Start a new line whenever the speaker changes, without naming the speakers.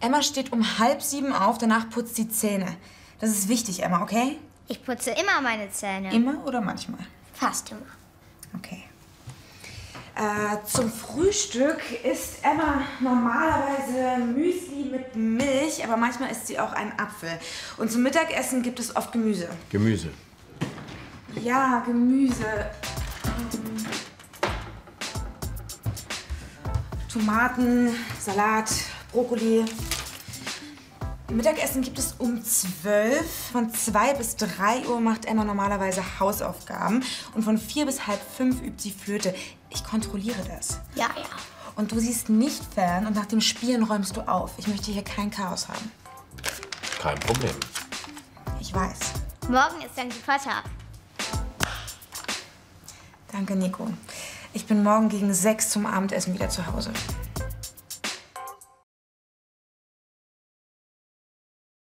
Emma steht um halb sieben auf, danach putzt sie Zähne. Das ist wichtig, Emma, okay?
Ich putze immer meine Zähne.
Immer oder manchmal?
Fast immer.
Okay. Äh, zum Frühstück isst Emma normalerweise Müsli mit Milch, aber manchmal isst sie auch einen Apfel. Und zum Mittagessen gibt es oft Gemüse.
Gemüse.
Ja, Gemüse. Ähm, Tomaten, Salat, Brokkoli. Mittagessen gibt es um 12. Von 2 bis 3 Uhr macht Emma normalerweise Hausaufgaben. Und von 4 bis halb 5 übt sie Flöte. Ich kontrolliere das.
Ja, ja.
Und du siehst nicht fern und nach dem Spielen räumst du auf. Ich möchte hier kein Chaos haben.
Kein Problem.
Ich weiß.
Morgen ist St. Vater.
Danke, Nico. Ich bin morgen gegen 6 zum Abendessen wieder zu Hause.